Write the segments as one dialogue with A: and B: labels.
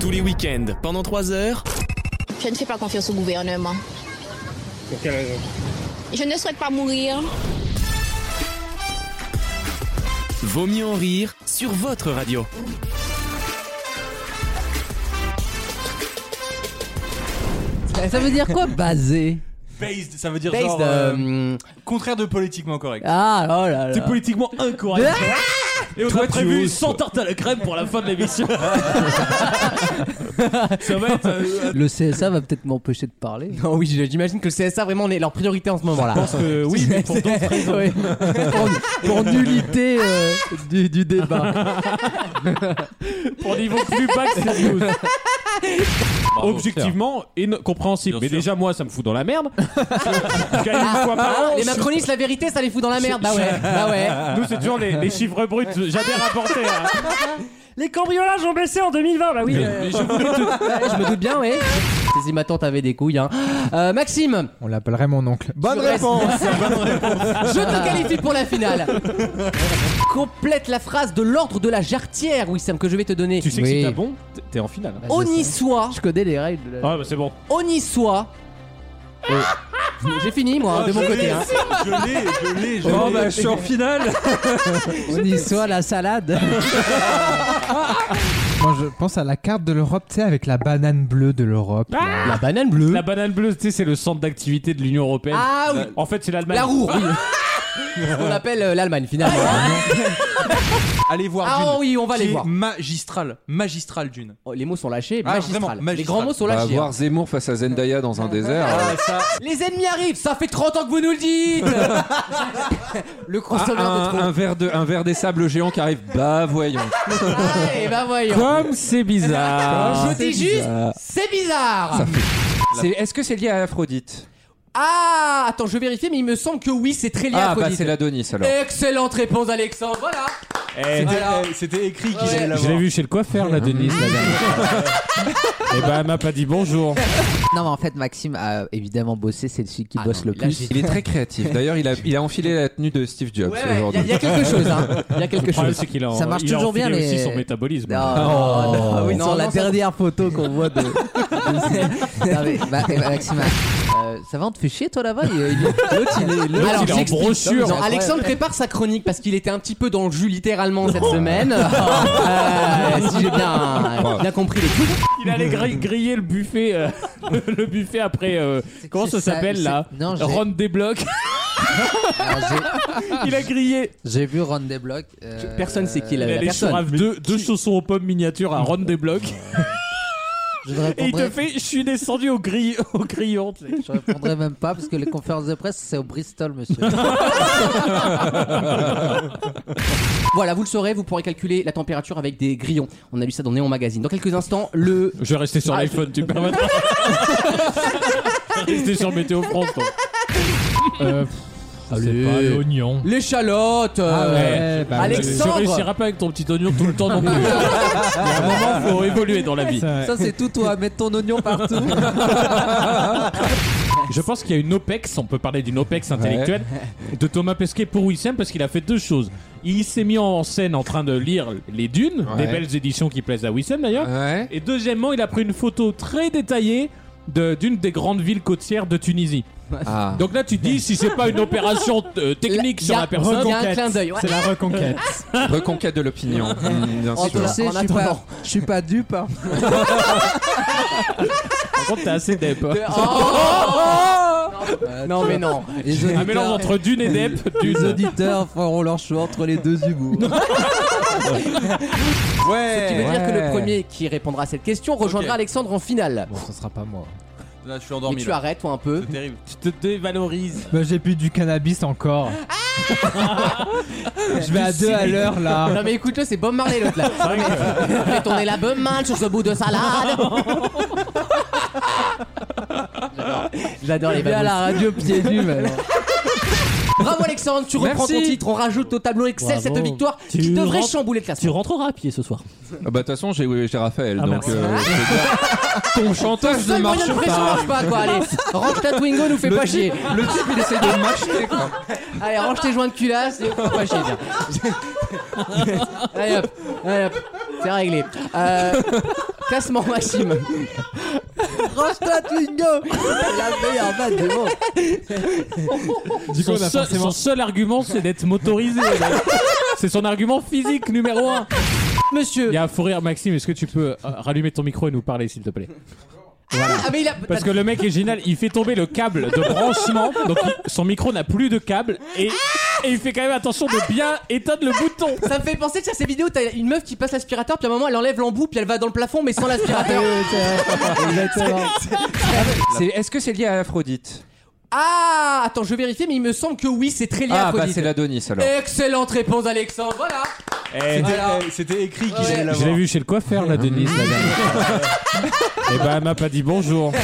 A: Tous les week-ends, pendant 3 heures,
B: Je ne fais pas confiance au gouvernement.
C: Pour quelle raison
B: Je ne souhaite pas mourir.
A: Vaut mieux en rire sur votre radio.
D: Ça veut dire quoi, basé
E: Based, ça veut dire
D: Based,
E: genre.
D: euh,
E: euh, contraire de politiquement correct.
D: Ah, oh là là.
E: C'est politiquement incorrect. Et on
F: Toi,
E: a
F: tu
E: prévu
F: oses.
E: 100 tartes à la crème pour la fin de l'émission. ça va être. euh,
D: Le CSA va peut-être m'empêcher de parler.
G: Non, oui, je- j'imagine que le CSA vraiment est leur priorité en ce moment-là.
E: euh, oui, mais pour d'autres raisons.
D: Ouais. pour, pour nullité euh, du, du
G: Ah,
D: débat.
E: Pour niveau plus bas que ces news.
F: Objectivement, éno- compréhensible.
E: Bien
F: mais
E: sûr.
F: déjà, moi, ça me fout dans la merde. Parce que, quand une fois par an,
G: Les
F: je-
G: macronistes, la vérité, ça les fout dans la merde. Bah ouais, bah ouais.
F: Nous, c'est toujours les, les chiffres bruts, jamais rapportés. hein.
G: Les cambriolages ont baissé en 2020, bah oui.
F: Mais je vous-
G: je me doute bien, ouais. Si ma tante avait des couilles, hein. Euh, Maxime,
H: On l'appellerait mon oncle. Bonne
G: Je
H: réponse
G: je te qualifie pour la finale. Complète la phrase de l'ordre de la jarretière, Wissam, que je vais te donner.
F: Tu sais que
G: Oui.
F: si t'as bon, t- t'es en finale.
D: Bah, je sais.
G: Onissois,
D: Je connais les règles. de la-
F: Ah, bah c'est bon.
G: Onissois. J'ai fini, moi, de mon côté. hein.
C: Je l'ai, je l'ai, je l'ai.
E: Oh bah je suis en finale
D: On y soit la salade.
H: Quand je pense à la carte de l'Europe, tu sais, avec la banane bleue de l'Europe.
G: La banane bleue.
F: La banane bleue, tu sais, c'est le centre d'activité de l'Union Européenne.
G: Ah oui.
F: En fait, c'est l'Allemagne.
G: La roue, oui. Ce qu'on appelle euh, l'Allemagne, finalement.
I: Allez voir
G: Ah
I: Dune.
G: oh oui, on va
I: qui
G: les
I: est
G: voir.
I: Magistral, magistral Dune.
G: Oh, les mots sont lâchés,
I: Ah,
G: magistral.
I: vraiment,
G: Les
I: magistral.
G: grands mots sont
J: On va
G: lâchés. hein.
J: voir Zemmour face à Zendaya dans un désert.
I: Ah ça,
G: Les ennemis arrivent, ça fait 30 ans que vous nous le dites Le
J: Ah,
G: crossover de
J: un,
G: trop.
J: un verre de, un verre des sables géants qui arrive. Bah voyons.
G: Ah, et ben voyons. Ah,
F: Comme c'est bizarre.
G: je dis juste, c'est bizarre
J: C'est- Est-ce que c'est lié à Aphrodite
G: Ah, attends, je vais vérifier, mais il me semble que oui, c'est très lié à
J: Ah bah
G: Aphrodite. Euh,
J: c'est l'Adonis alors.
G: Excellente réponse, Alexandre, voilà
F: Eh,
C: C'était-
G: Alors-
C: euh, C'était écrit qu'il
G: Ouais.
C: allait
F: je l'ai
C: l'avoir.
F: vu chez le coiffeur, la Denise, la dernière fois. Et bah, elle m'a pas dit bonjour.
D: Non, mais en fait, Maxime a évidemment bossé. C'est celui qui
G: Ah
D: bosse
G: non,
D: le
G: mais là,
D: plus.
J: Il est très créatif. D'ailleurs, il a, il a enfilé la tenue de Steve Jobs
G: Ouais, ouais, il y,
J: aujourd'hui.
G: a- il y a quelque chose, hein. Il y a
F: Le
G: quelque
F: problème,
G: chose.
F: c'est qu'il a,
D: Ça marche
F: il a
D: toujours
F: enfilé
D: bien, mais-
F: aussi son métabolisme.
D: Non,
G: Oh,
D: non,
G: non, oui,
D: non,
G: non,
D: la
G: non, ça-
D: dernière photo qu'on voit de. de- Non, mais, bah, eh, bah, Maxime, euh, ça va, on te fait chier toi là-bas Il- il- L'autre il est. l'autre,
G: Alors,
F: il est en
D: j'explique.
F: brochure.
D: Non, mais
G: Non,
D: c'est
G: Alexandre
D: incroyable.
G: prépare sa chronique parce qu'il était un petit peu dans le jus littéralement cette semaine.
D: Oh,
G: Euh, si j'ai bien, bien compris les trucs.
F: Il allait gri- griller le buffet, euh, le buffet après. euh, comment ça
D: c'est ça,
F: s'appelle
D: c'est-
F: là
D: Non, j'ai-
F: Ron débloque.
D: Alors, j'ai-
F: Il a grillé.
D: J'ai vu Ron Deblock. euh,
G: Personne sait qui
F: Il
G: l'a-
F: allait
G: personne.
F: sur deux, deux chaussons aux pommes miniatures à Ron débloque.
D: Je ne
F: Et il te
D: répondrai,
F: fait. Je suis descendu au, grill, au grillon. tu sais.
D: je répondrai même pas parce que les conférences de presse c'est au Bristol, monsieur.
G: Voilà, vous le saurez, vous pourrez calculer la température avec des grillons. On a lu ça dans Néon Magazine. Dans quelques instants, le.
F: Je vais rester sur
G: Ah,
F: l'iPhone, tu me permets de- Je vais rester sur Météo France, toi. Euh,
H: Allez.
E: pas l'oignon.
G: L'échalote
H: Ah
G: euh,
H: ouais, bah
G: Alex-
H: oui.
F: Tu
G: Alexandre
F: réussiras pas avec ton petit oignon tout le temps non plus. Il y a un moment, faut évoluer dans la vie.
H: Ça-
D: Ça c'est tout toi, mettre ton oignon partout.
F: Je pense qu'il y a une OPEX, on peut parler d'une OPEX intellectuelle, de Thomas Pesquet pour Wissem parce qu'il a fait deux choses. Il s'est mis en scène en train de lire Les Dunes,
J: Ouais.
F: des belles éditions qui plaisent à Wissem d'ailleurs.
J: Ouais.
F: Et deuxièmement, il a pris une photo très détaillée de- d'une des grandes villes côtières de Tunisie.
J: Ah.
F: Donc là, tu te dis si c'est pas une opération euh, technique
G: La-
F: sur
G: y a-
F: la personne.
G: Il y a un clin d'œil. ouais.
H: C'est la reconquête.
J: Reconquête de l'opinion. Mm, bien
D: En
J: sûr.
D: tout sais,
G: En
D: je suis pas,
G: attendant.
D: je suis pas dupe. hein.
F: Par contre, t'es assez dep. hein.
G: Oh, oh, oh non Ah, mais non.
D: Les
F: Un mélange
D: auditeurs,
F: entre Dune et dep.
D: les
F: Dune.
D: auditeurs feront leur choix entre les deux humours.
I: ouais.
G: Tu veux dire
H: Ouais.
G: que le premier qui répondra à cette question rejoindra
I: Ok.
G: Alexandre en finale.
H: Bon, ce sera pas moi.
I: Là, je suis
G: Mais
I: endormi.
G: tu
I: là.
G: arrêtes toi un peu.
I: C'est terrible.
F: Tu te dévalorises.
H: Bah, j'ai bu du cannabis encore. je vais à deux à l'heure là.
G: Non mais écoute-le, c'est Bob Marley l'autre là. Fais tourner la Bob Marley sur ce bout de salade. J'adore. J'adore les
D: Il à
G: babous.
D: la radio pieds nus maintenant.
G: Bravo Alexandre, tu reprends
J: Merci.
G: ton titre, on rajoute au tableau Excel
E: Bravo.
G: cette victoire
E: Tu
G: qui devrait
E: rentres-
G: chambouler le classement.
E: Tu rentreras à pied ce soir.
J: Ah, bah de toute façon, j'ai j'ai Raphaël.
E: Ah,
J: donc
E: merci.
J: euh, je veux dire, ton chantage ne
G: Seul moyen de
J: marche
G: pression
J: pas.
G: marche pas quoi, allez. Range ta Twingo, nous fais
J: Le
G: pas
J: type,
G: chier.
J: le type, il essaie de m'acheter quoi.
G: Allez, range tes joints de culasse et fais pas chier. viens. Allez hop, allez hop. C'est réglé. Euh, Classement Maxime.
D: Range-toi, Twingo C'est la meilleure vanne du monde.
F: son,
H: on a
F: seul-
H: forcément-
F: son seul argument, c'est d'être motorisé. là. c'est son argument physique numéro un.
G: Monsieur.
F: Il y a un fou rire, Maxime. Est-ce que tu peux euh, rallumer ton micro et nous parler, s'il te plaît
G: Ah, mais il a.
F: Parce que le mec est génial. Il fait tomber le câble de branchement. Donc il- son micro n'a plus de câble et, et il fait quand même attention de bien éteindre le bouton.
G: Ça me fait penser tu sais, à ces vidéos où t'as une meuf qui passe l'aspirateur, puis à un moment elle enlève l'embout, puis elle va dans le plafond, mais sans l'aspirateur.
D: Exactement.
J: C'est- Est-ce que c'est lié à Aphrodite
G: ah, attends, je vérifie, mais il me semble que oui, c'est très lié à
J: Ah, bah
G: Aphrodite. Eh,
J: c'est l'Adonis alors.
G: Excellente réponse, Alexandre. Voilà.
F: Eh,
G: Voilà.
I: Eh, C'était écrit qu'il
G: Ouais.
I: allait
F: je
I: l'avoir.
F: l'ai vu chez le coiffeur, la Denise, la dernière fois. Et bah, elle m'a pas dit bonjour.
I: Je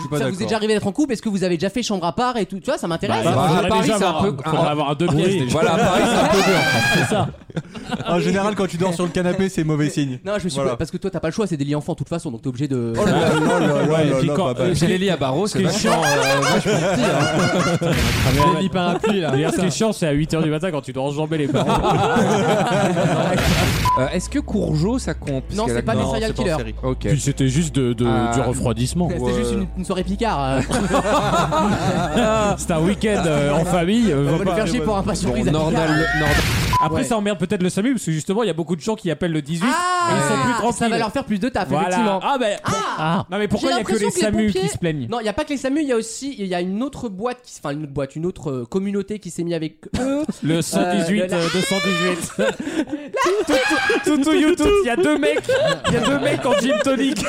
I: suis pas
G: ça vous est déjà
I: d'accord.
G: arrivé d'être en couple Est-ce que vous avez déjà fait chambre à part et tout Tu vois, ça m'intéresse.
J: Bah,
F: faudrait
J: à Paris,
F: déjà
J: c'est un
F: avoir
J: peu-
F: faudrait
J: un-
F: avoir un deux pièces déjà.
J: Voilà, à Paris, c'est un peu dur.
I: En général, quand tu dors sur le canapé, c'est mauvais signe.
G: non, je me suis
I: Voilà.
G: pas- parce que toi t'as pas le choix, c'est des liens enfants de toute façon, donc t'es obligé de.
F: Ouais, et puis quand- euh,
J: J'ai les lits à barreaux, bah, c'est
F: qui est
J: vachement. euh, vachement petit, hein.
F: Les lits parapluies là. Ah, D'ailleurs, ce qui est chiant, c'est à 8h du matin quand tu dois enjamber les parents.
J: Euh, Est-ce que Courgeot ça compte Parce
G: Non,
J: qu'elle
G: c'est
J: a-
G: pas des
J: Non.
G: serial killers.
J: Ok.
F: Puis c'était juste de, de-
J: Ah.
F: du refroidissement.
G: C'était juste une, une soirée Picard. euh.
F: C'est un week-end euh, en famille. euh,
G: On
F: va
G: va le
F: pas-
G: faire chier pour un pas
J: Bon,
G: surprise. à
J: Nordal,
G: Picard.
J: le- Nordal-
F: Après,
G: Ouais.
F: ça emmerde peut-être le SAMU parce que justement, il y a beaucoup de gens qui appellent le 18
G: Ah,
F: et ils sont plus tranquilles.
G: ça va leur faire plus de taf,
F: Voilà.
G: effectivement.
F: Ah, ben. Non, mais pourquoi il
B: J'ai
F: y a que les
B: l'impression que les
F: SAMU qui
B: pompiers-
F: se plaignent
G: Non, il n'y a pas que les SAMU, il y a aussi il y a une autre boîte, qui, enfin une autre boîte, une autre euh, communauté qui s'est mise avec eux.
F: Le 118,
G: Euh, le-
F: euh, 218. Toutou, toutou, youtou. Il y a deux mecs. Il y a deux mecs en gym tonic.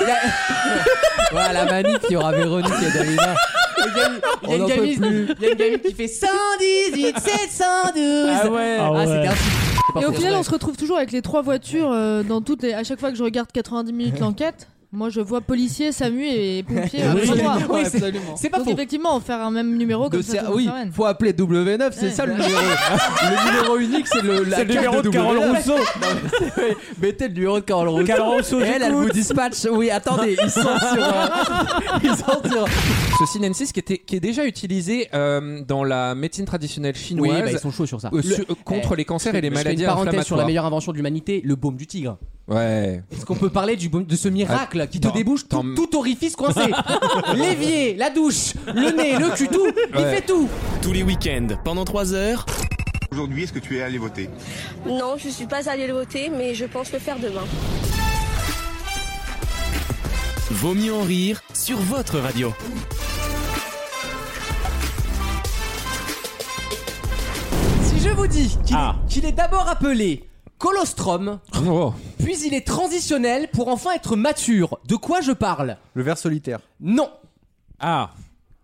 D: Voilà la manip, il y aura Véronique et Dalila.
G: Il y a une- il y a
D: On
G: une
D: en peut
G: gamine-
D: plus.
G: il y a une gamine qui fait 118, 712.
F: Ah ouais.
G: Ah, c'est grave. C'est pas
K: Et au
G: faux.
K: final, on se retrouve toujours avec les trois voitures euh, dans toutes les. À chaque fois que je regarde 90 minutes l'enquête, moi je vois policiers, SAMU et pompiers. à
G: Oui,
K: trois endroits.
G: oui, c'est-
D: absolument.
G: c'est pas
K: Donc
G: faux.
K: effectivement, faire un même numéro
D: De
K: comme ça.
D: ser-
K: tout le monde
D: oui,
K: s'emmène.
D: faut appeler W9, c'est
K: Ouais.
D: ça le numéro. le numéro unique, c'est le, la
F: C'est le
D: carte
F: numéro de Carole
D: W9.
F: Rousseau.
D: Mettez le numéro de Carole Rousseau.
F: Carole Rousseau,
D: Et elle, elle
F: j'écoute.
D: vous dispatch. Oui, attendez, ils sont sur. euh, ils sont sur.
J: Ce sinensis qui, était, qui est déjà utilisé euh, dans la médecine traditionnelle
G: Oui,
J: chinoise
G: bah, ils sont chauds sur ça.
J: euh, sur- euh, contre les cancers et les
G: Je fais
J: maladies
G: une parenthèse sur la
J: inflammatoires.
G: meilleure invention de l'humanité, le baume du tigre.
J: Ouais.
G: Est-ce qu'on peut parler du baume- de ce miracle qui te
J: t'en-
G: débouche tout,
J: t'en-
G: tout orifice coincé L'évier, la douche, le nez, le cul, tout Il
J: Ouais.
G: fait tout
A: Tous les week-ends, pendant 3 heures,
C: Aujourd'hui, est-ce que tu es allé voter
B: Non, je ne suis pas allée le voter, mais je pense le faire demain.
A: Vaut mieux en rire sur votre radio.
G: Si je vous dis qu'il
F: Ah.
G: est- qu'il est d'abord appelé colostrum,
J: Oh.
G: puis il est transitionnel pour enfin être mature, de quoi je parle
I: Le verre solitaire.
G: Non,
F: Ah.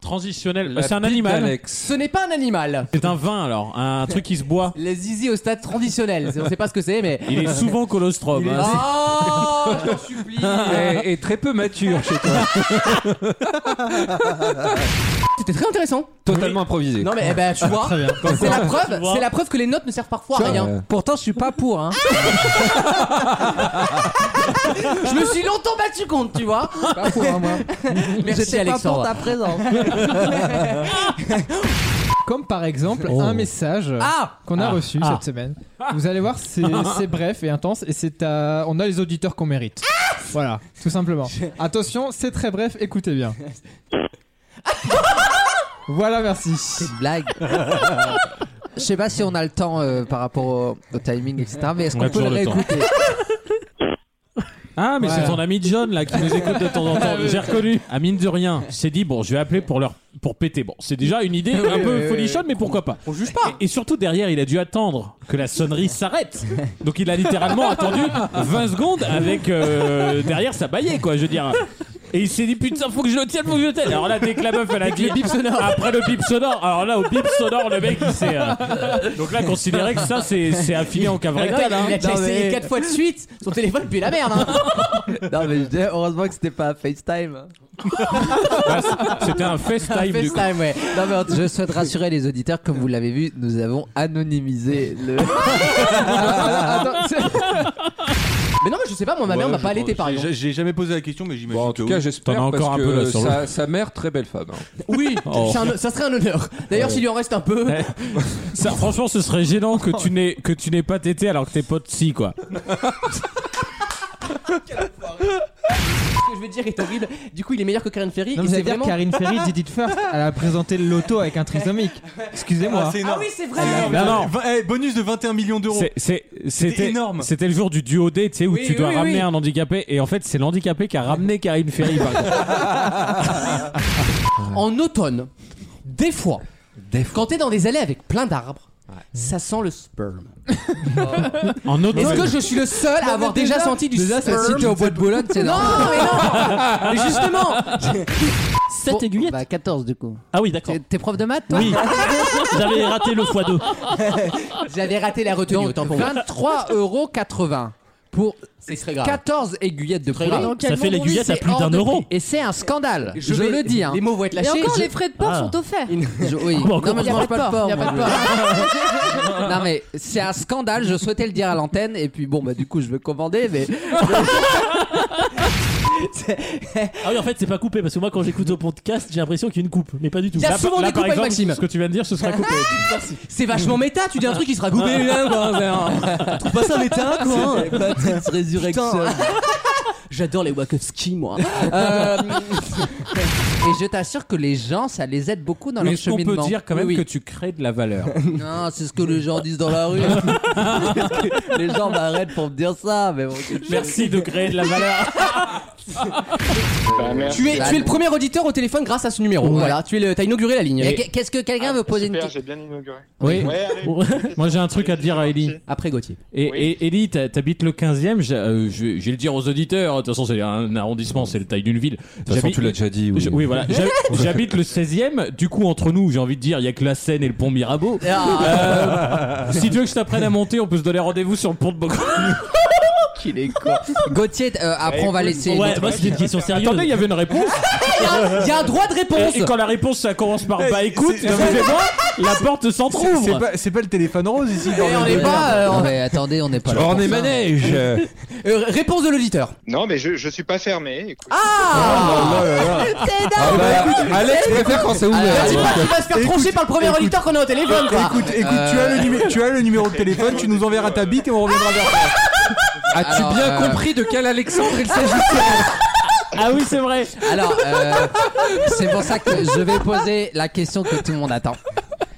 F: Transitionnel.
J: La
F: C'est un
J: bite
F: animal.
J: d'Alex.
G: ce n'est pas un animal.
F: C'est un vin alors. Un truc qui se boit.
G: Les zizi au stade transitionnel, on sait pas ce que c'est, mais.
F: Il est souvent colostrum. hein.
G: Oh, je t'en supplie
J: Et, et très peu mature chez toi.
G: C'était très intéressant.
J: Totalement improvisé.
G: Non mais eh ben, tu vois, c'est la preuve, c'est la preuve que les notes ne servent parfois à rien.
J: Ouais.
D: Pourtant, je suis pas pour. Hein.
G: Je me suis longtemps battu contre, tu vois.
D: Pas pour, hein, moi.
G: Merci
D: J'étais pas
G: Alexandre.
D: pour ta présence.
H: Comme par exemple un message
G: Ah
H: qu'on a
F: Ah.
H: reçu
F: Ah.
H: cette semaine. Vous allez voir, c'est c'est bref et intense et c'est à- on a les auditeurs qu'on mérite. Voilà, tout simplement. Attention, c'est très bref, écoutez bien. Voilà, merci.
D: C'est une blague. Je sais pas si on a le temps euh, par rapport au, au timing, etc. Mais est-ce
F: On
D: qu'on
F: a
D: peut le
F: toujours le temps.
D: réécouter
F: Ah, mais
H: Voilà.
F: c'est ton ami John là qui nous écoute de temps en temps. J'ai reconnu. À mine de rien, s'est dit bon, je vais appeler pour leur pour péter. Bon, c'est déjà une idée un peu folichonne, mais pourquoi pas.
G: On juge pas
F: Et surtout derrière, il a dû attendre que la sonnerie s'arrête. Donc il a littéralement attendu 20 secondes avec euh, derrière ça baillait quoi. Je veux dire. Et il s'est dit putain faut que je le tienne, faut que je le tienne. Alors là dès que la meuf elle a dit après le bip sonore, alors là au bip sonore le mec il s'est euh, donc là considérer que ça c'est c'est affilié en cave
G: il
F: rectale. hein.
G: a déjà
D: Non,
G: essayé
D: mais-
G: 4 fois de suite Son téléphone pue la merde hein.
D: Non, mais je dis, heureusement que c'était pas FaceTime. hein.
F: Ouais, bah, C'était un FaceTime du coup.
G: FaceTime ouais
D: Non, mais en tout- je souhaite rassurer les auditeurs, comme vous l'avez vu, nous avons anonymisé le.
H: Attends, c'est-
G: Mais non mais je sais pas moi ma mère m'a pas allaité par exemple
I: J'ai j'ai jamais posé la question, mais j'imagine.
J: Bon, en
I: que
J: tout cas,
I: oui.
J: j'espère
F: T'en as
J: parce
F: encore un
J: que
F: peu, là, sur le-
J: sa, sa mère, très belle femme. hein.
G: Oui
F: Oh.
G: c'est un- ça serait un honneur D'ailleurs s'il lui en reste un peu
F: Ouais. Ça, franchement, ce serait gênant que tu n'aies que tu n'aies pas tété alors que tes potes si quoi.
G: Ce que je vais dire est horrible. Du coup, il est meilleur que Karine Ferry.
H: Non,
G: et
H: mais ça
G: c'est
H: veut dire
G: vraiment...
H: Karine Ferry, Did It First, elle a présenté le loto avec un trisomique. Excusez-moi.
I: Ah, c'est
G: Ah
I: énorme.
G: oui, c'est vrai.
F: Non, non.
I: V- eh, bonus de 21 millions d'euros.
F: C'est- c'est- C'était
I: énorme.
F: C'était le jour du duo D, tu sais, où
G: Oui,
F: tu dois
G: oui,
F: ramener
G: oui.
F: un handicapé. Et en fait, c'est l'handicapé qui a ramené Karine Ferry. par contre.
G: En automne, des fois, quand t'es dans des allées avec plein d'arbres, ça sent le sperme.
F: en automne.
G: Est-ce que je suis le seul à avoir déjà, senti du
D: Déjà, c'est-
G: sperme
D: si t'es au bois de Boulogne, c'est
G: Non,
D: énorme.
G: mais non Mais justement
L: 7
G: Bon,
L: aiguillettes
D: Bah, 14 du coup.
L: Ah oui, d'accord.
D: T'es t'es prof de maths, toi
L: Oui. J'avais raté le x2.
G: J'avais raté la retenue, autant pour moi.
D: 23,80€ pour
G: C'est très grave.
D: 14 aiguillettes de poulet.
L: grave.
K: Dans quel
L: Ça fait
K: monde on
L: l'aiguillette
K: vit
L: à
K: C'est
L: plus
K: hors
L: d'un
K: de
L: euro.
K: prix.
D: Et c'est un scandale, je,
G: vais-
D: le dis. Hein.
G: Les mots vont être
K: Et
G: lâchés.
K: encore,
G: je-
K: les frais de port
L: Ah.
K: sont offerts.
D: Je- oui,
L: Bon,
D: non, mais
L: encore,
D: je mange pas de porc.
G: Il y a
D: moi,
G: pas de
D: je-
G: porc.
D: Non mais c'est un scandale, je souhaitais le dire à l'antenne et puis bon bah du coup je veux commander mais
L: Ah oui, en fait, c'est pas coupé parce que moi, quand j'écoute au podcast, j'ai l'impression qu'il y a une coupe, mais pas du tout.
G: Il y a
L: Là,
G: souvent
L: là,
G: des
L: par
G: coupes avec
L: exemple,
G: Maxime.
F: Ce que tu viens de dire, ce sera coupé.
G: C'est vachement méta, tu dis un truc qui sera coupé. là, quoi.
D: trouve pas ça méta quoi. Patrice Résurrection.
G: J'adore les Wakowski, moi.
D: Euh, Et je t'assure que les gens ça les aide beaucoup dans
F: Mais
D: leur
F: est-ce qu'on peut
D: cheminement.
F: dire quand même
D: Oui,
F: que
D: oui.
F: tu crées de la valeur
D: Non, c'est ce que les gens disent dans la rue. les gens m'arrêtent pour me dire ça mais bon.
F: Merci de créer de la valeur.
G: tu, es, tu es le premier auditeur au téléphone grâce à ce numéro. Voilà, tu es le- t'as inauguré la ligne.
D: Et Qu'est-ce que quelqu'un veut poser une question
F: Oui. Moi, j'ai un truc à te dire à Ellie.
G: Après Gauthier.
F: Et, et Ellie, t'as- t'habites le 15e. J'ai euh, je vais je vais le dire aux auditeurs. De toute façon, c'est un arrondissement, c'est la taille d'une ville.
I: De toute façon, tu l'as déjà dit. Oui,
F: Je- oui, voilà. J'hab- J'habite le 16e. Du coup, entre nous, j'ai envie de dire, il y a que la Seine et le pont Mirabeau. Euh, si tu veux que je t'apprenne à monter, on peut se donner rendez-vous sur le pont de Bocage.
D: Gauthier euh, après on va laisser
L: Ouais, moi, c'était une question sérieuse.
F: Attendez, il y avait une réponse.
G: Il y a un droit de réponse.
F: Et, et quand la réponse, ça commence par
I: Eh,
F: bah
I: c'est-
F: écoute,
I: c'est-
F: non, mais c'est moi, la porte
I: C'est
F: s'entrouvre.
I: pas, c'est pas le téléphone rose ici. Dans
G: Et on
I: le-
G: est pas. euh,
D: Non, mais attendez, on n'est pas là. pour ça.
I: manège.
G: euh, réponse de l'auditeur.
M: Non, mais je, je suis pas fermé. écoute.
G: Ah C'est
J: Ah
G: énorme
J: bah,
I: Bah, Alex préfère quand c'est ouvert.
G: Dis pas qu'il va se faire
I: Écoute,
G: trancher par le premier
I: écoute.
G: auditeur qu'on a au téléphone, quoi.
I: Écoute, écoute, tu, as le numé- tu as le numéro de téléphone, tu nous enverras ta bite et on reviendra vers toi.
G: As-tu Alors, bien euh, compris
J: de quel Alexandre il
F: Ah oui, c'est vrai.
D: Alors, euh, c'est pour ça que je vais poser la question que tout le monde attend.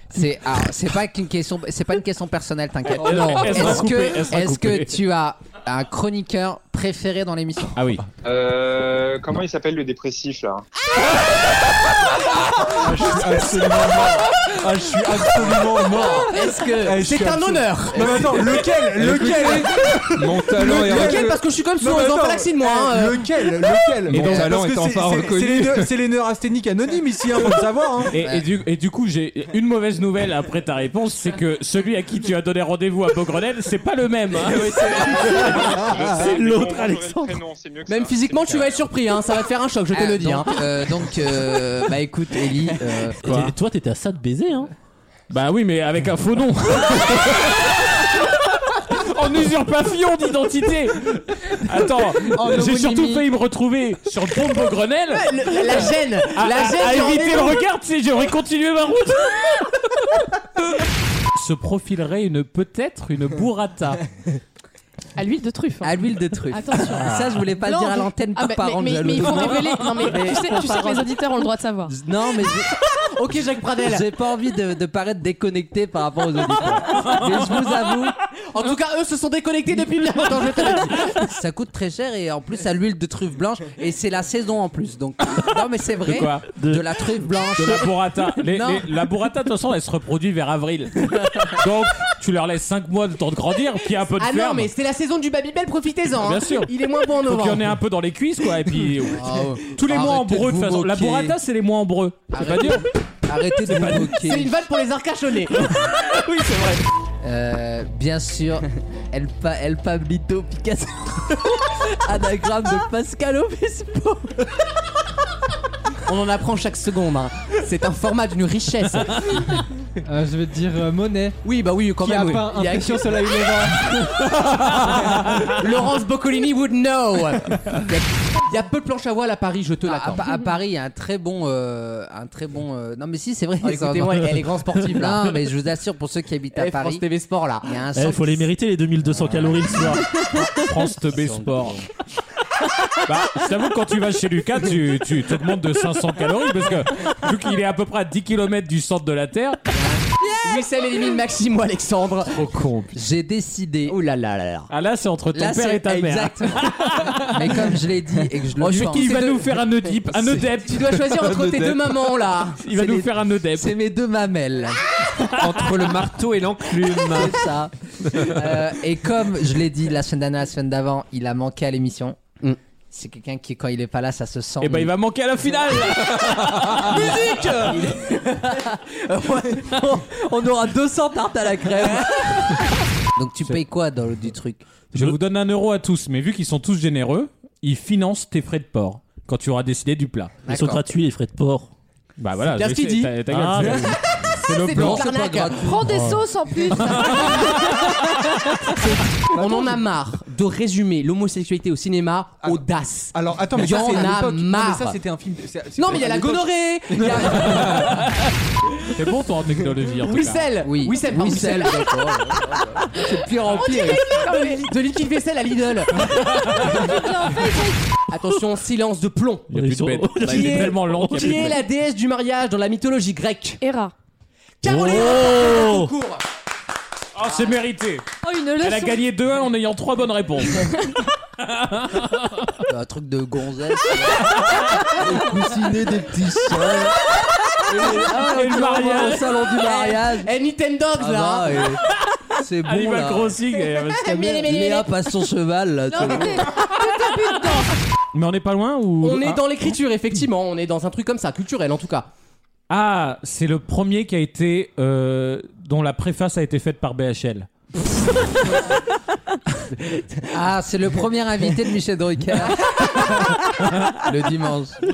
D: C'est alors, c'est pas qu'une question, c'est pas une question personnelle, t'inquiète.
F: Oh non, elle sera
D: Est-ce
F: coupée,
D: que,
F: elle sera
D: est-ce que
F: coupée.
D: tu as un chroniqueur préféré dans l'émission
F: Ah oui.
M: Euh, comment il s'appelle le dépressif là
I: Ah, je suis absolument mort. Ah, je suis absolument mort.
G: Est-ce que
I: Eh, je suis
G: c'est un
I: absurde.
G: honneur
I: Non, mais attends, lequel Lequel Mon talent
G: Lequel Parce que je suis quand même souvent aux de moi.
J: Ah,
G: hein, euh.
I: Lequel Lequel
F: Mon
I: Parce
F: talent
I: que
F: est
I: c'est-
F: enfin
I: c'est-
F: reconnu.
I: c'est les nœuds- C'est les nœuds asthéniques anonymes ici, hein, faut le savoir. Hein.
F: Et, et du, et du coup, j'ai une mauvaise nouvelle après ta réponse, c'est que celui à qui tu as donné rendez-vous à Beaugrenelle, c'est pas le même. hein.
M: C'est
F: l'autre,
M: Alexandre.
G: Même physiquement, tu vas être surpris, hein, ça va te faire un choc, je te
D: Ah,
G: le dis. hein.
D: Donc, euh, donc, euh, bah écoute, Ellie, euh,
L: Et toi, t'étais à ça de baiser, hein.
F: Bah oui, mais avec un faux nom. En usurpation d'identité. Attends, j'ai surtout failli me retrouver sur le pont de Beaugrenelle.
G: Le- la gêne,
F: à,
G: la
F: à-
G: gêne.
F: Ah, à
G: du
F: éviter le
G: rendez-vous.
F: regard, tu sais, j'aurais continué ma route. Se profilerait une peut-être une burrata.
K: À l'huile de truffe. hein.
D: à l'huile de truffe.
K: Attention.
D: Ça, je voulais pas le
K: Non,
D: dire à
K: mais-
D: l'antenne
K: Ah,
D: par
K: bah,
D: parent
K: mais, mais-
D: jaloux.
K: mais il faut révéler. Non, mais tu sais, tu sais que les auditeurs ont le droit de savoir.
D: Non, mais j'ai-
G: Ok, Jacques Pradel.
D: j'ai pas envie de, de paraître déconnecté par rapport aux auditeurs. Mais je vous avoue,
G: En tout cas, eux se sont déconnectés depuis bien longtemps, je te le dis.
D: ça coûte très cher et en plus à l'huile de truffe blanche et c'est la saison en plus. Donc non, mais c'est vrai.
F: De quoi
D: de... la truffe blanche.
F: De la burrata. Les-
D: Non.
F: les- la burrata, de toute façon, elle se reproduit vers avril. Donc, tu leur laisses 5 mois de temps de grandir, puis un peu de
G: Ah non,
F: ferme.
G: mais c'est la saison du Babybel, profitez-en. hein.
F: Bien sûr.
G: Il est moins bon en
F: Faut qu'il y en
G: novembre.
F: ait un peu dans les cuisses, quoi. Et puis, euh,
D: Ah
F: tous les mois en
D: Arrêtez de
F: breu, de toute
D: vous
F: façon. La
D: moquer.
F: burrata, c'est les mois en breu. C'est pas
D: Arrêtez.
F: dur.
D: Arrêtez de vous
G: C'est
D: moquer.
G: une vanne pour les arcachonnés.
F: Oui, c'est vrai.
D: Euh, bien sûr, El, pa El Pablito Picasso. Anagramme de Pascal Obispo.
G: On en apprend chaque seconde. hein. C'est un format d'une richesse.
H: Euh, je vais te dire euh, Monet,
G: Oui, bah oui, quand
H: qui
G: même.
H: a
G: oui.
H: peint
G: Il y a-
H: Infection Soleil Levant.
G: Laurence Boccolini would know. Il y a peu de planches à voile à Paris, je te
D: Ah,
G: l'accorde.
D: à, à Paris, il y a un très bon. euh, un très bon euh, Non, mais si, c'est vrai.
G: Oh, Écoutez-moi, elle est grand sportive là.
D: Non, mais je vous assure, pour ceux qui habitent à
G: Eh, France
D: Paris,
G: TV Sport là.
D: il y a un
L: Eh,
D: centre
L: faut les mériter, les 2200 calories le soir.
F: France TV Sport. Bah, je t'avoue, que quand tu vas chez Lucas, tu, tu t'augmentes de 500 calories parce que vu qu'il est à peu près à 10 km du centre de la Terre.
G: Michel élimine Maximo Alexandre.
F: Trop con.
D: J'ai décidé.
G: Ouh là là là là.
F: Ah là, c'est entre ton
D: Là,
F: père
D: c'est-
F: et ta mère.
D: Exactement. Mais comme je l'ai dit et que je le
F: Oh, je vais-
D: pense-
F: il va
D: C'est
F: nous
D: de-
F: faire un Oedipe, un
D: C'est-
F: Oedipte.
G: Tu dois choisir entre tes deux mamans là.
F: Il va
D: C'est
F: nous
D: les-
F: faire un Oedipte.
D: C'est mes deux mamelles.
J: Entre le marteau et l'enclume.
D: C'est ça. Euh, et comme je l'ai dit la semaine dernière, la semaine d'avant, il a manqué à l'émission. C'est quelqu'un qui, quand il est pas là, ça se sent.
F: Et ben il va manquer à la finale.
G: Musique On aura 200 tartes à la crème.
D: Donc tu payes quoi dans le, du truc
F: Je vous donne un euro à tous, mais vu qu'ils sont tous généreux, ils financent tes frais de port quand tu auras décidé du plat.
L: Ils sont gratuits, les frais de porc.
F: Bah voilà,
L: C'est bien ce
F: je
L: qu'il
F: sais,
L: dit.
F: ta- ta gueule,
L: Ah,
F: c'est-
L: bah.
F: c'est le
G: C'est
F: plan.
G: de l'arnaque.
K: Prends des sauces en plus.
G: On en a marre de résumer l'homosexualité au cinéma audace.
I: Alors attends, mais
G: il y
I: ça,
G: en
I: c'est à
G: a
I: l'époque. Non, mais
G: marre.
I: ça, c'était un film. c'est- c'est-
G: Non, mais il y a
I: à
G: la
I: l'époque.
G: gonorrhée, il y a
F: C'est bon toi en technologie en tout cas.
G: Wissel,
D: Oui.
G: Wissel, pardon,
D: Wissel,
G: Wissel.
D: d'accord.
G: C'est de pire en pire. De liquide vaisselle à Lidl. Attention, silence de plomb.
F: Il y a plus de bête. Là, il est tellement lent qu'il y a
G: Qui
F: plus de
G: est
F: bête.
G: la déesse du mariage dans la mythologie grecque
K: Hera.
G: Caroline
F: Oh,
G: Concours.
F: Oh, c'est mérité.
K: Oh, une leçon.
F: Elle a gagné 2-1 en ayant 3 bonnes réponses.
D: Un truc de gonzesse. Coussiner des petits soeurs.
F: Et le mariage.
D: salon du mariage.
G: Eh, Nintendo,
D: Ah
G: là.
D: bah,
G: hein.
D: et- C'est bon
F: Animal
D: là.
F: Crossing. et-
G: Mais- mais- mais-
D: Léa passe son cheval là.
G: Non, mais t'es- t'es plus dedans.
F: Mais on n'est pas loin ou
G: On
F: Ah.
G: est dans l'écriture, effectivement. On est dans un truc comme ça, culturel en tout cas.
F: Ah, c'est le premier qui a été euh, dont la préface a été faite par BHL.
D: Ah, c'est le premier invité de Michel Drucker. le dimanche.
K: Oh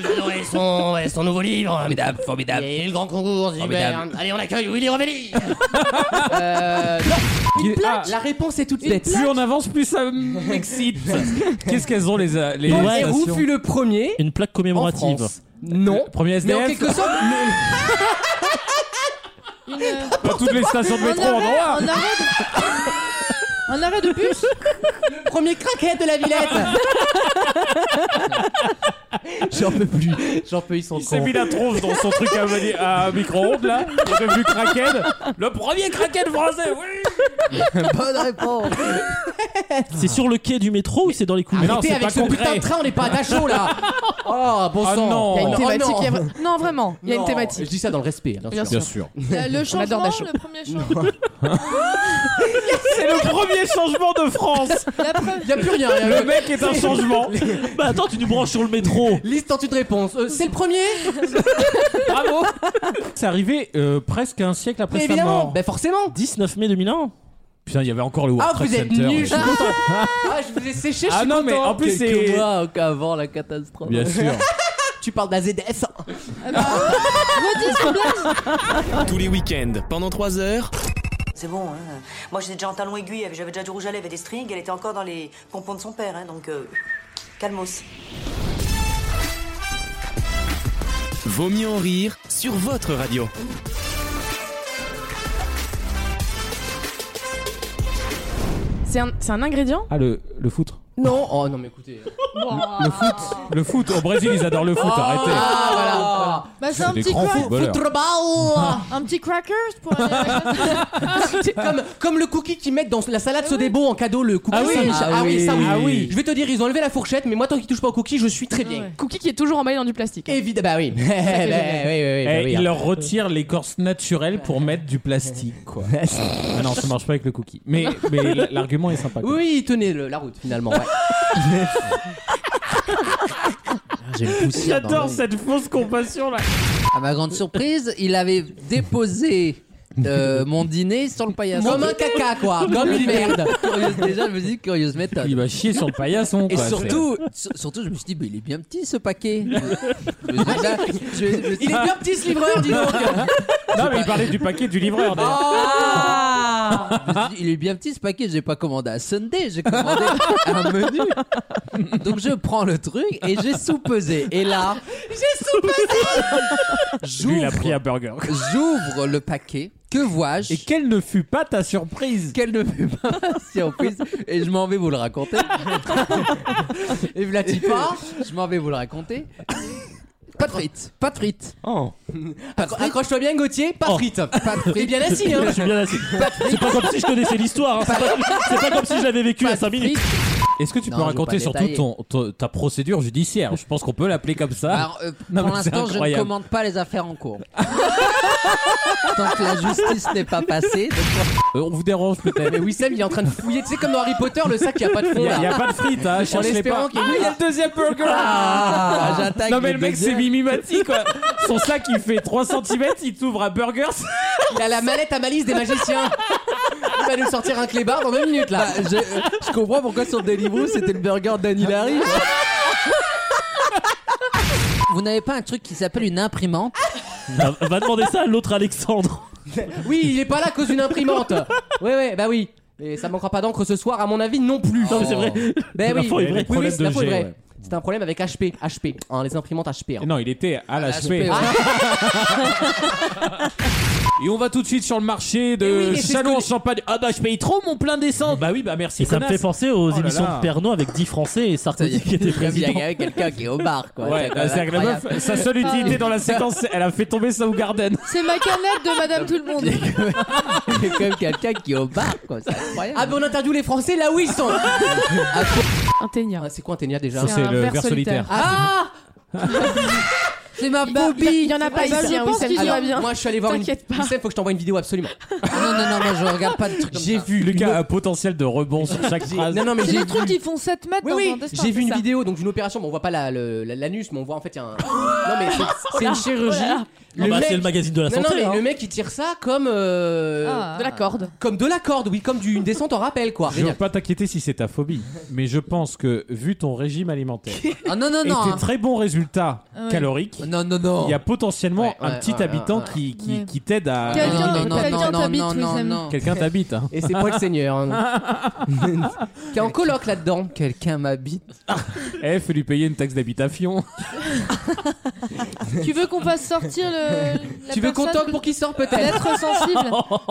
G: Son, son nouveau livre.
D: Formidable, formidable.
G: Et le grand concours,
D: Formidable.
G: Allez, on accueille Willy Revelli. euh, non.
F: Qui- ah,
G: La réponse est toute
F: plus
G: bête.
F: on avance, plus ça m'excite. Qu'est-ce qu'elles ont les euh, les
G: Paul
F: les
G: Héroux
F: stations
G: fut le premier
L: Une plaque
G: en
L: commémorative.
G: France. Non.
F: Premier
G: Mais en
F: SDF.
G: quelque sorte, le-
K: Une, euh,
F: Pas toutes les stations de
K: un
F: métro en
K: arrêt,
F: droit.
K: un arrêt de... un arrêt de bus
G: le premier craquette de la Villette. J'en peux plus. J'en peux, ils sont
F: Il s'est
G: cons.
F: mis la tronche dans son truc à, mani- à micro-ondes là. Il est devenu Kraken. Le premier Kraken français. Oui.
D: Bonne réponse.
L: C'est sur le quai du métro ou c'est dans les couloirs
F: Ah, non,
G: Arrêtez
F: c'est
G: avec
F: pas
G: ce
F: concret.
G: putain de train, on n'est Ah pas à chaud là. Oh, bon
F: Ah
G: sang.
F: non.
G: Il y a une thématique.
K: non.
G: qui a-
K: non, vraiment, il y a une
G: Non.
K: thématique.
G: Je dis ça dans le respect. hein,
K: Bien
G: sûr.
K: sûr.
F: sûr.
K: Le- Le changement,
B: adore Dachau.
K: le premier changement.
F: C'est le premier changement de France.
K: La preuve.
G: Il y a plus rien. il y a-
F: Le mec est un changement.
L: Bah attends, tu nous branches sur le métro.
G: Liste en de réponse. Euh, c'est le premier
F: Bravo. C'est arrivé euh, presque un siècle après
G: Mais
F: sa
G: évidemment.
F: mort.
G: Ben forcément.
L: 19 mai 2001
F: Putain, il y avait encore le World
G: Ah,
F: Trade
G: vous êtes
F: Center.
G: nuls, je suis content. Ah, je vous ai séché, je
F: Ah
G: suis
F: non,
G: content.
F: mais en plus,
G: Quelques
F: c'est-
G: mois avant la catastrophe.
F: Bien sûr.
G: Tu parles d'AZF.
K: Redis ce blague.
A: Tous les week-ends, pendant 3 heures,
N: C'est bon, hein. Moi, j'étais déjà en talon aiguille, j'avais déjà du rouge à lèvres et des strings, elle était encore dans les pompons de son père, hein, donc euh, calmos.
A: Vaut mieux en rire sur votre radio.
O: C'est un, c'est un ingrédient
F: Ah, le, le foot.
G: Non, oh non, mais écoutez.
K: Wow.
F: Le foot. Au Brésil, ils adorent le foot. Arrêtez.
G: Ah, voilà, voilà.
K: Bah, c'est
F: C'est
K: un
F: des
K: petit
F: grands
K: crack.
F: footballeurs.
G: Football.
K: Un petit crackers pour aller à la classe.
G: C'est comme, comme le cookie qu'ils mettent dans la
K: Ah
G: salade Sodebo en cadeau, le cookie
F: Ah oui.
G: sandwich.
F: Ah
G: oui, ça oui.
F: Ah oui.
G: Je vais te dire, ils ont enlevé la fourchette, mais moi, tant qu'ils touchent pas au cookie, je suis très bien.
K: Ah Ouais.
O: Cookie qui est toujours emballé dans du plastique. hein.
G: Évidemment, bah oui. Bah, oui, oui, oui, bah
F: Eh,
G: oui,
F: ils
G: hein.
F: leur retirent l'écorce naturelle pour mettre du plastique, quoi. Ah non, ça marche pas avec le cookie. Mais, mais l- l'argument est sympa. quoi.
G: Oui, tenez le, la route finalement. ouais.
D: J'ai une poussière dans
F: J'adore
D: l'œil.
F: cette fausse compassion là.
D: À ma grande surprise, il avait déposé euh, mon dîner sur le paillasson.
G: Comme un caca, quoi. Comme une merde.
D: Curieuse- déjà, je me dis curieuse méthode.
F: Il va chier sur le paillasson.
D: Et
F: quoi,
D: surtout, sur- surtout, je me suis dit, mais il est bien petit ce paquet. Je- déjà, je- je-
G: Ah, Il est bien petit ce livreur, dis donc.
F: c'est- Non, mais il parlait du paquet du livreur. d'ailleurs.
G: Ah
D: je me suis dit, il est bien petit ce paquet. J'ai pas commandé un Sunday, j'ai commandé un menu. Donc je prends le truc et j'ai sous-pesé. Et là,
G: J'ai soupé Ah,
F: Lui, il a pris un burger.
D: j'ouvre le paquet Que vois-je Et
F: quelle ne fut pas ta surprise
D: Quelle ne fut pas ma surprise Et je m'en vais vous le raconter. Et Vlatipa, je m'en vais vous le raconter. Pas de frites, pas de frites.
F: Oh.
G: Accroche-toi bien, Gauthier. Pas de frites.
D: Oh. Pas de frites.
G: T'es bien assis, hein
L: Je suis bien assis. C'est pas comme si je connaissais l'histoire. hein. C'est pas, c'est pas comme si je l'avais vécu à 5 minutes.
F: Est-ce que tu
L: Non,
F: peux
L: je veux
F: raconter
L: pas
F: surtout
L: détailler.
F: ton, ton- ta procédure judiciaire Je pense qu'on peut l'appeler comme
G: Ah.
F: ça.
D: Alors, euh,
F: Non,
D: pour
F: mais c'est
D: l'instant, je ne
F: incroyable.
D: commande pas les affaires en cours. Tant que la justice n'est pas passée.
F: Euh, on vous dérange peut-être.
G: Mais Wissem, il est en train de fouiller. Tu sais, comme dans Harry Potter, le sac, il n'y a pas de fond.
F: Il y a-
G: là.
F: il y a pas de frites, hein,
G: En
F: cherche-les
G: espérant
F: pas.
G: qu'il y ait-
F: Ah, il y a le deuxième burger Ah,
D: j'attaque
F: Non mais
D: le
F: le mec
D: deuxième.
F: c'est Mimi Mati quoi Son sac il fait 3 cm, il t'ouvre un burger
G: Il a la mallette à malice des magiciens. Il va nous sortir un clébard dans deux minutes là.
D: Bah, euh, je, comprends pourquoi sur Deliveroo c'était le burger d'Annie Larry. Vous n'avez pas un truc qui s'appelle une imprimante
L: Ah, Va demander ça à l'autre Alexandre.
G: Oui, il est pas là à cause d'une imprimante. Oui, oui, bah oui. Et ça manquera pas d'encre ce soir, à mon avis, non plus.
L: Non, mais c'est vrai.
G: Ben oui,
F: L'info est vraie.
G: oui, oui,
F: Problème
G: c'est
F: de
G: l'info est
F: G,
G: vraie.
F: ouais.
G: C'est un problème avec HP, HP, hein, les imprimantes HP. hein.
F: Non il était à
L: Ah,
F: la
G: HP,
F: suée.
D: Ah,
F: Et on va tout de suite sur le marché
L: Eh oui,
F: de
L: mais c'est ce
F: Chalon en Champagne. Ah bah je paye trop mon plein d'essence. Bah oui bah merci.
L: Et ça me
F: connasse.
L: fait penser aux
F: Oh là
L: émissions
F: là.
L: de Pernod avec 10 Français et Sarkozy qui était
D: Il y
L: président.
D: a quelqu'un qui est au bar quoi.
F: Ouais,
D: quand même
F: c'est-à-dire que la meuf,
D: incroyable.
F: sa seule utilité dans la séquence, elle a fait tomber sa Garden.
K: C'est ma canette de Madame Tout le Monde.
D: Il y a quand même quelqu'un qui est au bar quoi. C'est incroyable. Ah,
G: Ah, ben on interview les Français là où ils sont. Ah,
O: Un ténia.
G: C'est quoi un ténia déjà
F: Ça, C'est le ver solitaire.
G: Ah
D: C'est ma
O: phobie. Il y en a
G: Ah,
O: pas
G: bah,
O: ici.
G: je
O: hein,
G: pense
O: Wissem.
G: qu'il
O: Alors,
G: va bien. Moi je suis allé voir une.
O: T'inquiète pas.
G: Wissem, faut que je t'envoie une vidéo absolument.
D: Non non non moi je regarde pas de trucs.
F: J'ai vu Lucas un potentiel de rebond sur chaque phrase.
G: Non, non, mais
K: C'est
G: j'ai
K: les trucs qui font 7 mètres
G: Oui,
K: dans
G: oui,
K: un destin.
G: j'ai vu
K: c'est
G: une
K: ça.
G: vidéo donc d'une opération. Bon, on voit pas la- le- la- l'anus, mais on voit en fait il y a un. Non, mais c'est- c'est une chirurgie.
L: Ah bah, c'est le magazine de la
G: Non,
L: santé,
G: Non, mais
L: hein.
G: le mec il tire ça comme. euh,
K: Ah.
O: De la corde.
G: Comme de la corde, oui, comme d'une descente en rappel quoi.
F: Je veux pas t'inquiéter si c'est ta phobie, mais je pense que vu ton régime alimentaire
D: Ah non non
F: et
D: non.
F: tes
D: hein.
F: très bons résultats
K: Ah ouais.
F: caloriques,
D: Non non non.
F: il y a potentiellement
D: Ouais, ouais,
F: un petit
D: ouais,
F: habitant
D: ouais, ouais.
F: Qui, qui,
K: Ouais.
F: qui t'aide à.
K: Quel- Quelqu'un-
D: non, non,
K: quelqu'un
D: non, non,
K: t'habite,
D: non, non,
K: Wissem.
D: non.
F: Quelqu'un t'habite. hein.
G: Et c'est pas le Seigneur. hein. qui est en coloc là-dedans.
D: Quelqu'un m'habite.
F: Eh, faut lui payer une taxe d'habitation.
K: Tu veux qu'on fasse sortir le. la
G: Tu veux qu'on
K: personne
G: toque pour qu'il sorte peut-être
K: D'être sensible.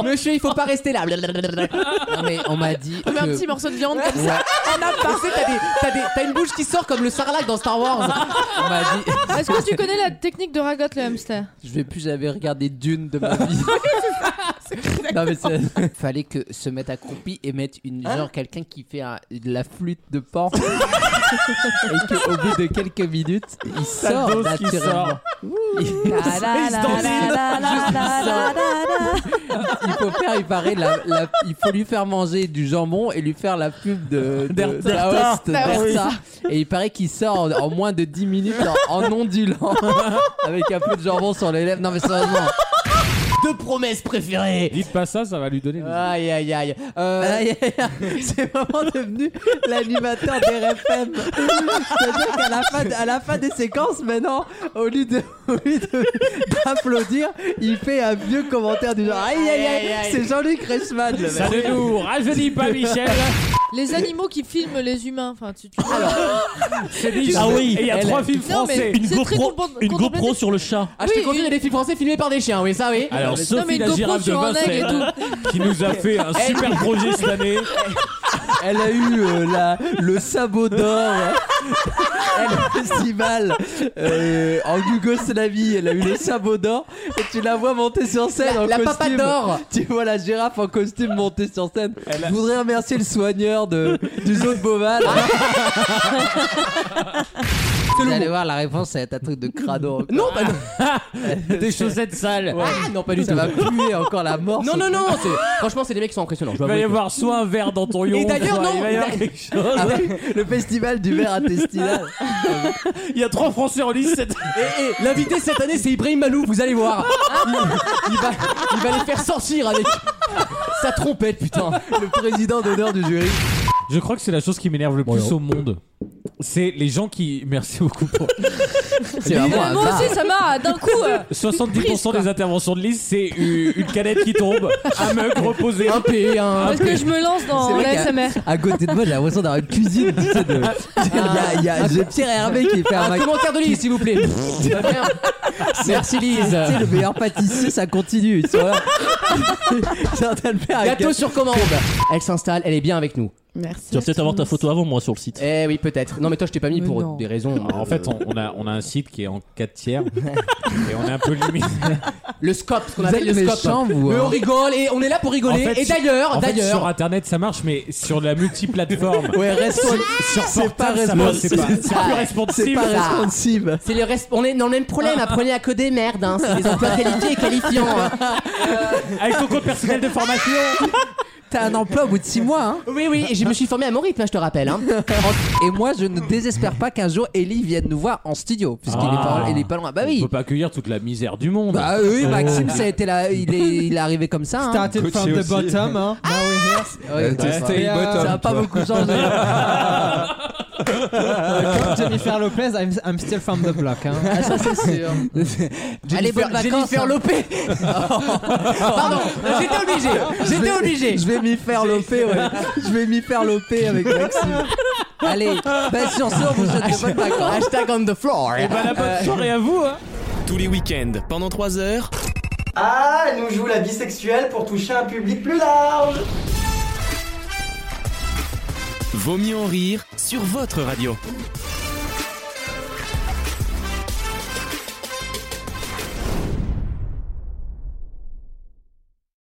G: Monsieur, il faut pas rester là.
D: Non mais on m'a dit
O: On met un
D: que-
O: petit morceau de viande
G: Ouais.
O: comme ça. Un
G: Tu
O: appât.
G: sais, t'as des- t'as des- t'as une bouche qui sort comme le sarlac dans Star Wars.
D: on m'a dit
K: Est-ce que tu connais la technique de Ragotte le hamster
D: je vais plus jamais regarder Dune de ma vie. non mais c'est- fallait que se mettre accroupi et mettre une
G: Hein
D: genre quelqu'un qui fait un- de la flûte de porc et qu'au bout de quelques minutes il sort
F: dose qui
D: naturellement.
F: sort.
D: Il- il faut faire, il paraît, la, la- il faut lui faire manger du jambon et lui faire la pub de, de, de la
L: D'Erta.
D: hoste, d'Erta.
F: Ah
D: Et il paraît qu'il sort en, en moins de 10 minutes en, en ondulant avec un peu de jambon sur les lèvres. Non mais sérieusement.
G: Deux promesses préférées.
F: Dites pas ça, ça va lui donner.
G: Aïe aïe aïe. Euh,
D: Aïe, aïe, aïe. C'est vraiment devenu l'animateur des RFM. C'est-à-dire qu'à la fin, à la fin des séquences, maintenant, au lieu de, au lieu de- d'applaudir, il fait un vieux commentaire du genre Aïe aïe
G: Aïe, aïe,
D: aïe, c'est Jean-Luc Reichmann le mec.
F: Ça ne nous rajeunit pas, Michel.
K: Les animaux qui filment les humains. Enfin, tu. tu-
L: Ah oui,
F: Et il y a
L: elle-
F: trois films
K: Non, mais-
F: français.
L: Une
K: C'est très
L: GoPro,
K: compl-
L: une
K: complété.
L: GoPro sur le chat.
G: Ah, je te
K: Oui,
G: confie, il y a des films français filmés par des chiens, oui, ça oui.
F: Alors,
K: Non, mais
F: Sophie
K: une
F: la
K: GoPro
F: girafe de
K: sur un aigle et
F: Vincennes, qui nous a fait un super projet cette année.
D: Elle a eu euh, la, le sabot d'or. Elle a le festival euh, en Yougoslavie. Elle a eu le sabot d'or. Et tu la vois monter sur scène
G: La-
D: en
G: la papa
D: costume.
G: d'or.
D: Tu vois la girafe en costume monter sur scène. Je voudrais remercier le soigneur de, du zoo de Beauval. Vous allez voir, la réponse est un truc de crado.
G: Non, bah non.
F: Des chaussettes sales.
G: Ah, non, pas du
D: Ça
G: tout.
D: va puer encore la mort.
G: Non, non, non, c'est- franchement, c'est des mecs qui sont impressionnants. je dois
F: Bah, Il va y
G: avouer que-
F: avoir soit un verre dans ton yaourt,
G: d'ailleurs,
F: soit
G: non,
F: il va y avoir
G: d'a-
F: quelque chose.
D: Ah ouais, le festival du verre intestinal.
F: Il y a trois Français en lice cette
G: Eh, eh, L'invité cette année, c'est Ibrahim Malou, vous allez voir. Il, il va, il va les faire sortir avec sa trompette, putain.
D: Le président d'honneur du jury.
F: Je crois que c'est la chose qui m'énerve le plus au monde. c'est les gens qui. Merci beaucoup pour.
K: Mais Moi aussi, ça m'a d'un coup. euh,
F: 70% des interventions de Lise, c'est u- une canette qui tombe, un mug reposé.
D: Un P, un.
K: Parce que je me lance dans
D: C'est vrai
K: la SMR.
D: qu'à- À côté de moi, j'ai l'impression d'avoir une cuisine. Tu sais, de... Ah, il y a, il y a- j'ai Pierre Hermé qui fait un,
G: Un commentaire de Lise, s'il vous plaît. Merci, Lise.
D: C'est le meilleur pâtissier, ça continue. Ils sont là. J'ai un tas de faire avec-
G: Gâteau sur commande. Elle s'installe, elle est bien avec nous.
O: Merci.
L: Tu vas peut-être avoir ta photo avant moi sur le site.
G: Eh oui, peut-être. Non, mais toi, je t'ai pas mis
L: Mais
G: pour
L: non.
G: des raisons.
F: Bah, En fait, on, on a, on a un site qui est en 4 tiers et on est un peu limite.
G: Le scope, ce qu'on
F: Vous
G: appelle le
F: êtes
G: scope.
F: méchants, vous,
G: mais
F: hein.
G: on rigole et on est là pour rigoler.
F: En fait,
G: et
F: sur-
G: d'ailleurs,
F: en fait, Sur
G: d'ailleurs.
F: internet, ça marche, mais sur la multiplateforme.
G: Ouais, reste-
F: sur
G: c'est pas
F: portable, ça marche,
G: responsive.
F: C'est pas- c'est
G: Ah,
F: plus responsive.
G: c'est pas responsive. C'est le res- on est dans le même problème. Apprenez à coder, merde. hein. C'est des emplois qualifiés et qualifiants. hein.
F: Avec ton compte personnel de formation.
G: T'as un emploi au bout de 6 mois. Oui, oui, et je me suis formé à mon rythme, je te rappelle. hein.
D: hein. Et moi, je ne désespère pas qu'un jour Ellie vienne nous voir en studio, puisqu'il est, pas, il est pas
G: Ah
D: loin. Bah
F: On
D: oui.
F: peut pas accueillir toute la misère du monde.
D: Bah oui, Maxime,
F: Oh.
D: ça a été là, il est, il est arrivé comme ça. hein.
H: T'as arrêté de faire
F: Gauthier
H: de
F: aussi.
H: bottom, hein
D: Ah,
H: Now we're here.
D: Ouais,
H: Ouais,
D: ça.
H: et, euh,
D: Ça a pas beaucoup changé.
H: Comme Jennifer Lopez, I'm, I'm still from the block. Hein.
G: Ah, ça, c'est sûr. Allez, bonnes vacances.
D: Jennifer
G: hein.
D: Lopez.
G: Pardon, j'étais obligé.
D: Je vais-
G: J'étais obligé.
D: Je vais m'y faire loper, ouais. Je vais m'y faire loper avec Maxime. Allez, bah sur ce, on vous souhaite de bonnes vacances.
G: Hashtag on the floor.
A: bonne soirée à vous. Tous les week-ends, pendant 3 heures.
P: Ah, elle nous joue la bisexuelle pour toucher un public plus large.
A: Vaut mieux en rire sur votre radio.